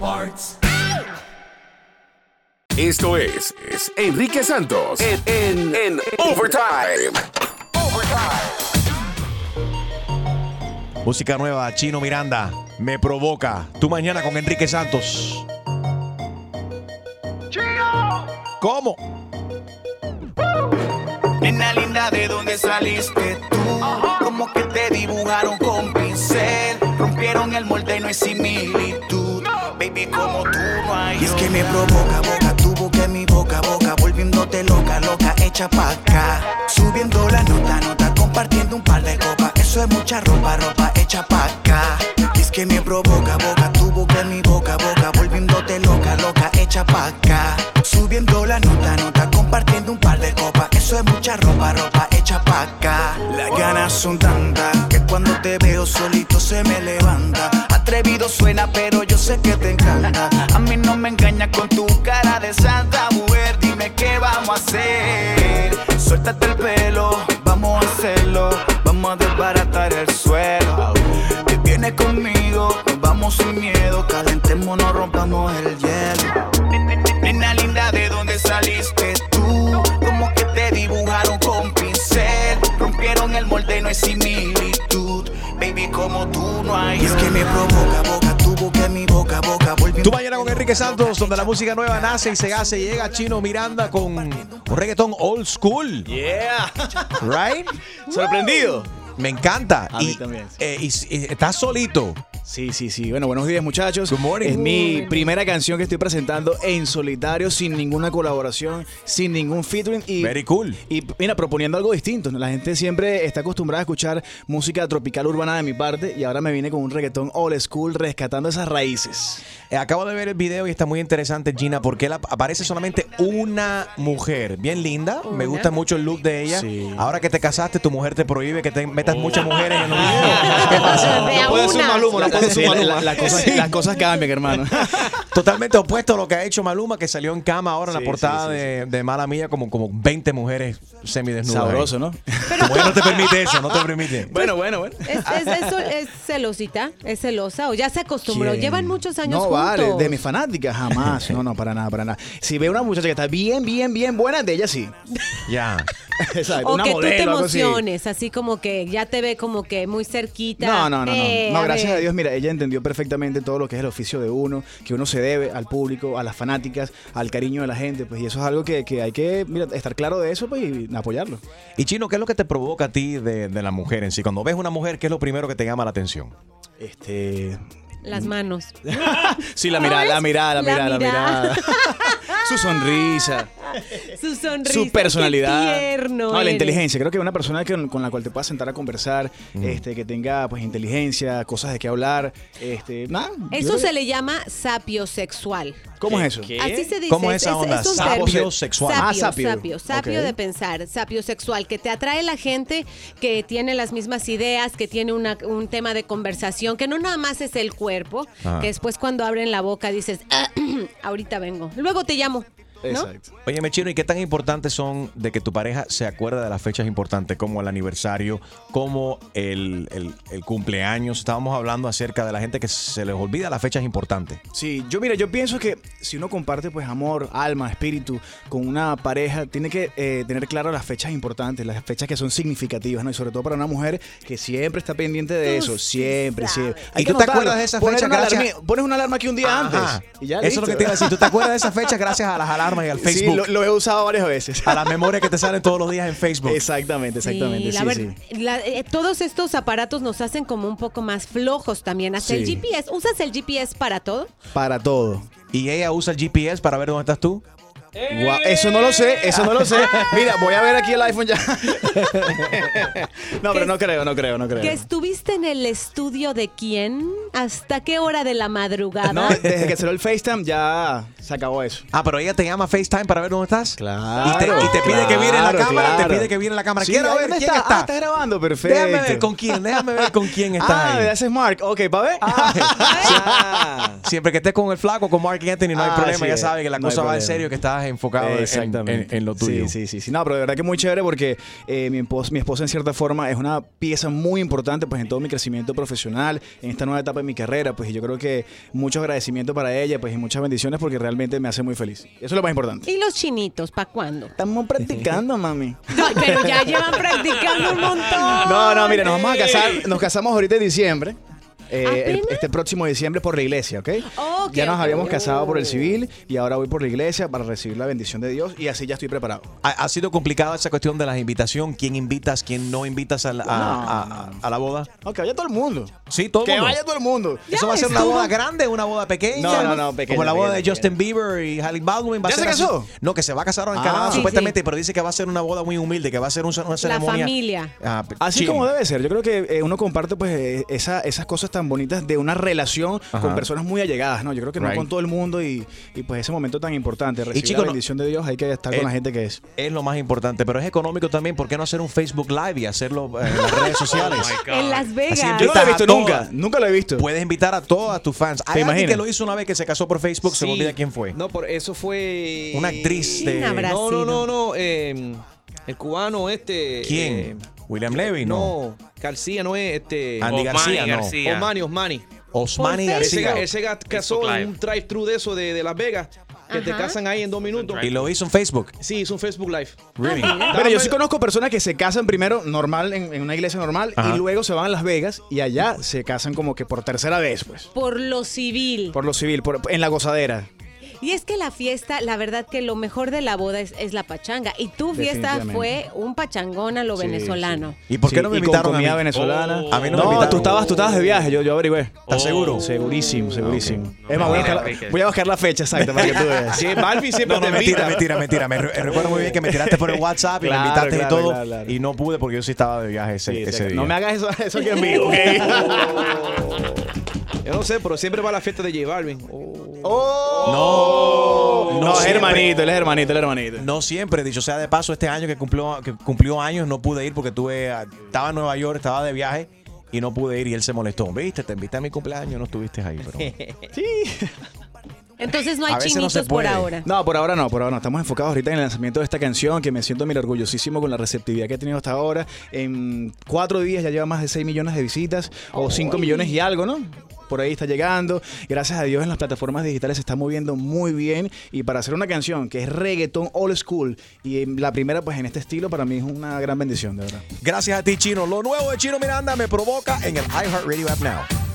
Parts. Esto es, es Enrique Santos en, en- en Overtime. Música nueva, Chino Miranda, me provoca. Tú mañana con Enrique Santos. ¡Chino! ¿Cómo? Nena linda, ¿de dónde saliste tú? Como que te dibujaron con pincel Rompieron el molde y no hay similitud Baby, como tú no hay Y es que me provoca, boca, tu boca en mi boca, boca Volviéndote loca, loca, hecha pa' acá Subiendo la nota, nota, compartiendo un par de copas Eso es mucha ropa, ropa, hecha pa' acá Y es que me provoca, boca, tu boca en mi boca, boca Volviéndote loca, loca, hecha pa' acá Subiendo la nota, nota, compartiendo un par de copas Eso es mucha ropa, ropa, hecha pa' acá Las ganas son tantas que cuando te veo solito se me levanta Atrevido suena pero yo sé que te encanta A mí no me engañas con tu cara de santa mujer Dime qué vamos a hacer Suéltate el pelo, vamos a hacerlo Vamos a desbaratar el suelo Te vienes conmigo, nos vamos sin miedo Calentémonos, rompamos el hielo Nena linda, ¿de dónde saliste tú? Como que te dibujaron con pincel Rompieron el molde, no hay similitud Baby, como tú no hay Y es que me provoca, boca, tu boca en mi boca, boca Tú mañana con Enrique Santos, donde la música nueva nace y se hace. Llega Chino Miranda con un reggaetón old school. Yeah. ¿Right? Sorprendido. Me encanta. A mí y, también, sí. eh, y s- y estás solito. Sí, sí, sí. Bueno, buenos días, muchachos. Good morning. Es mi primera canción que estoy presentando en solitario, sin ninguna colaboración, sin ningún featuring y Very cool. y mira, proponiendo algo distinto. La gente siempre está acostumbrada a escuchar música tropical urbana de mi parte y ahora me vine con un reggaetón old school rescatando esas raíces. Eh, Acabo de ver el video y está muy interesante, Gina, porque él ap- aparece solamente una mujer. Bien linda. Me gusta mucho el look de ella. Sí. Ahora que te casaste, tu mujer te prohíbe que te metas muchas mujeres en los videos. ¿Qué pasa? Ah, Vea una. Sí, la- la- la cosa- Sí. Las cosas cambian, hermano. Totalmente opuesto a lo que ha hecho Maluma, que salió en cama ahora en Sí, la portada sí, sí, de, de Mala Mía, como, como 20 mujeres semidesnudas. Sabroso, ¿no? Tu mujer no te permite eso, no te permite. Bueno, bueno, bueno. Es, es, es- es celosita, es celosa o ya se acostumbró. ¿Quién? Llevan muchos años no, juntos. vale, de mis fanáticas, jamás. No, no, para nada, para nada. Si veo una muchacha que está bien, bien, bien buena, de ella sí. Ya. Exacto, O una que tú te modelo, algo así. emociones, así. como que ya te ve como que muy cerquita. No, no, no, no. Eh, no, a gracias a ver. Dios, mira, ella entendió perfectamente todo lo que es el oficio de uno, que uno se debe al público, a las fanáticas, al cariño de la gente, pues, y eso es algo que, que hay que, mira, estar claro de eso, pues, y apoyarlo. Y Chino, ¿qué es lo que te provoca a ti de, de la mujer en sí? Cuando ves una mujer, ¿qué es lo primero que te llama la atención? Este... Las manos. Sí, la mirada, ¿No la ves? mirada, la La mirada, la mirada. mirada. Su sonrisa, Su sonrisa. Eh, su personalidad. Qué tierno. no, la eres. inteligencia. Creo que una persona que- con la cual te puedas sentar a conversar, Mm. este, que tenga pues inteligencia, cosas de qué hablar, este, nada. yo Eso creo se que- le llama sapiosexual. ¿Cómo es eso? Así se dice. ¿Cómo es esa onda? un Sapio término. sexual. Sapio, Ah, sapio. sapio, sapio Ok. de pensar, sapio sexual, que te atrae la gente que tiene las mismas ideas, que tiene una- un tema de conversación, que no nada más es el cuerpo, Ah. Ajá. que después cuando abren la boca dices, "Ah, ahorita vengo, luego te llamo. ¿no? Exacto. Óyeme, Chino, ¿y qué tan importantes son de que tu pareja se acuerde de las fechas importantes como el aniversario, como el, el- el cumpleaños? Estábamos hablando acerca de la gente que se les olvida las fechas importantes. Sí, yo mira, yo pienso que si uno comparte pues amor, alma, espíritu con una pareja, tiene que eh, tener claras las fechas importantes, las fechas que son significativas, ¿no? Y sobre todo para una mujer que siempre está pendiente de Tú eso, sí siempre, sabes. siempre. ¿Y tú te acuerdas de esas poner fechas una gracias- alarmi- Pones una alarma aquí un día Ajá. antes. Y ya, Eso es lo que te iba a decir. ¿Tú te acuerdas de esas fechas gracias a las alarmas y al Facebook? Sí, lo, lo he usado varias veces. A las memorias que te salen todos los días en Facebook. Exactamente, exactamente. Sí, la sí, ver- la- eh, todos estos aparatos nos hacen como un poco más flojos también. Hasta el Sí. GPS. ¿Usas el GPS para todo? sí. Para todo. Y ella usa el GPS para ver dónde estás tú. Guau, Eh. eso no lo sé, eso no lo sé. Mira, voy a ver aquí el iPhone ya. no, pero no creo, no creo, no creo. ¿Que estuviste en el estudio de quién? ¿Hasta qué hora de la madrugada? No, desde que cerró el FaceTime ya se acabó eso. Ah, pero ella te llama a FaceTime para ver dónde estás. Claro, Y te, y te pide que mire la claro, cámara, claro. te pide que mire la cámara. Sí, Quiero ahí ver no quién está. está. Ah, está grabando, perfecto. Déjame ver con quién, déjame ver con quién está ah, ahí. ese es Mark. Ok, pa' ver. Ah, Siempre que estés con el flaco, con Mark y Anthony, no hay Ah, problema. sí, Ya sabes que la no hay cosa va en problema. serio, que estás enfocado en- en, en- en lo tuyo. Sí, sí, sí, sí. No, pero de verdad que muy chévere porque eh, mi, esposa, mi esposa en cierta forma es una pieza muy importante pues en todo mi crecimiento profesional, en esta nueva etapa de mi carrera, pues y yo creo que mucho agradecimiento para ella, pues y muchas bendiciones porque realmente me hace muy feliz. Eso es lo más importante. ¿Y los chinitos? ¿Para cuándo? Estamos practicando, mami. No, pero ya llevan practicando un montón. No, no, mira, nos vamos a casar, nos casamos ahorita en diciembre. eh, el- ¿Apenas? este próximo diciembre por la iglesia, ¿ok? Ok, ya nos ok. habíamos casado por el civil y ahora voy por la iglesia para recibir la bendición de Dios y así ya estoy preparado. Ha, ha sido complicada esa cuestión de las invitación, quién invitas, quién no invitas a la, a- a- a la boda. No, que vaya todo el mundo. Sí, todo el que mundo. vaya todo el mundo. Eso va a ser una estuvo. boda grande, una boda pequeña. No, no, no, pequeña, Como la boda pequeña, de Justin Bieber y Halle Baldwin. Va a ¿Ya ser se así. casó? No, que se va a casar ahora en Ah. Canadá, Sí, supuestamente, pero dice que va a ser una boda muy humilde, que va a ser un- una ceremonia. familia. ah, Así chill. como debe ser. Yo creo que eh, uno comparte pues eh, esa- esas cosas tan bonitas de una relación con personas muy allegadas, ¿no? Yo creo que no Right. con todo el mundo y, y, pues ese momento tan importante. Recibir chicos, la no- bendición de Dios hay que estar Eh, con la gente que es. Es lo más importante, pero es económico también. ¿Por qué no hacer un Facebook Live y hacerlo eh, en las redes Oh sociales? En Las Vegas. Así Yo no lo he invitas a visto todas. nunca. Nunca lo he visto. Puedes invitar a todas tus fans. Hay alguien imaginas? que lo hizo una vez que se casó por Facebook, se me Sí. olvida quién fue. No, por eso fue. Una actriz de- ¿Quién habrá No, sido? no, no, no. eh, el cubano este. eh, ¿Quién? ¿William Levy? No. no. García no es este. Andy García, no. Osmani, Osmani. Osmani Por Ese, García. ga- ese ga- casó en un drive-thru de eso de, de Las Vegas. Que te Ajá. casan ahí en dos minutos. Y lo hizo en Facebook. Sí, hizo un Facebook Live. Really. Pero yo sí conozco personas que se casan primero normal en, en una iglesia normal Ajá. y luego se van a Las Vegas y allá se casan como que por tercera vez, pues. Por lo civil. Por lo civil, por- en la gozadera. Y es que la fiesta, la verdad que lo mejor de la boda es, es la pachanga. Y tu fiesta Definitivamente. fue un pachangón a lo venezolano. ¿Y por qué Sí, no me y invitaron con a comida mí? venezolana? A mí no me Oh. no, invitaron. tú estabas, tú estabas de viaje, yo, yo averigüé. ¿Estás seguro? Segurísimo, segurísimo. No, es mentira, más, voy a, buscar la, Enrique. voy a buscar la fecha exacta para que tú Ah. veas. Sí, Balvin siempre No, no, te mentira, invita. mentira, mentira. Me re- recuerdo muy bien que me tiraste por el WhatsApp y Claro, me invitaste y claro, todo. claro, claro. Y no pude porque yo sí estaba de viaje ese, ese día. no me hagas eso, eso que es mío, ¿ok? Yo no sé, pero siempre va a la fiesta de J Balvin. Oh. no, No, es siempre. hermanito, él es hermanito, él es hermanito. No siempre, dicho sea de paso, este año que cumplió, que cumplió años no pude ir porque tuve, estaba en Nueva York, estaba de viaje y no pude ir y él se molestó. Viste, te invité a mi cumpleaños, no estuviste ahí, pero Entonces no hay A veces no chinitos se por puede. ahora. No, por ahora no, por ahora no. Estamos enfocados ahorita en el lanzamiento de esta canción que me siento mira, orgullosísimo con la receptividad que ha tenido hasta ahora. En cuatro días ya lleva más de 6 millones de visitas o 5 millones y algo, ¿no? Por ahí está llegando. Gracias a Dios en las plataformas digitales se está moviendo muy bien. Y para hacer una canción que es reggaeton old school y em, la primera pues en este estilo para mí es una gran bendición, de verdad. gracias a ti, Chino. Lo nuevo de Chino Miranda me provoca en el iHeartRadio app now.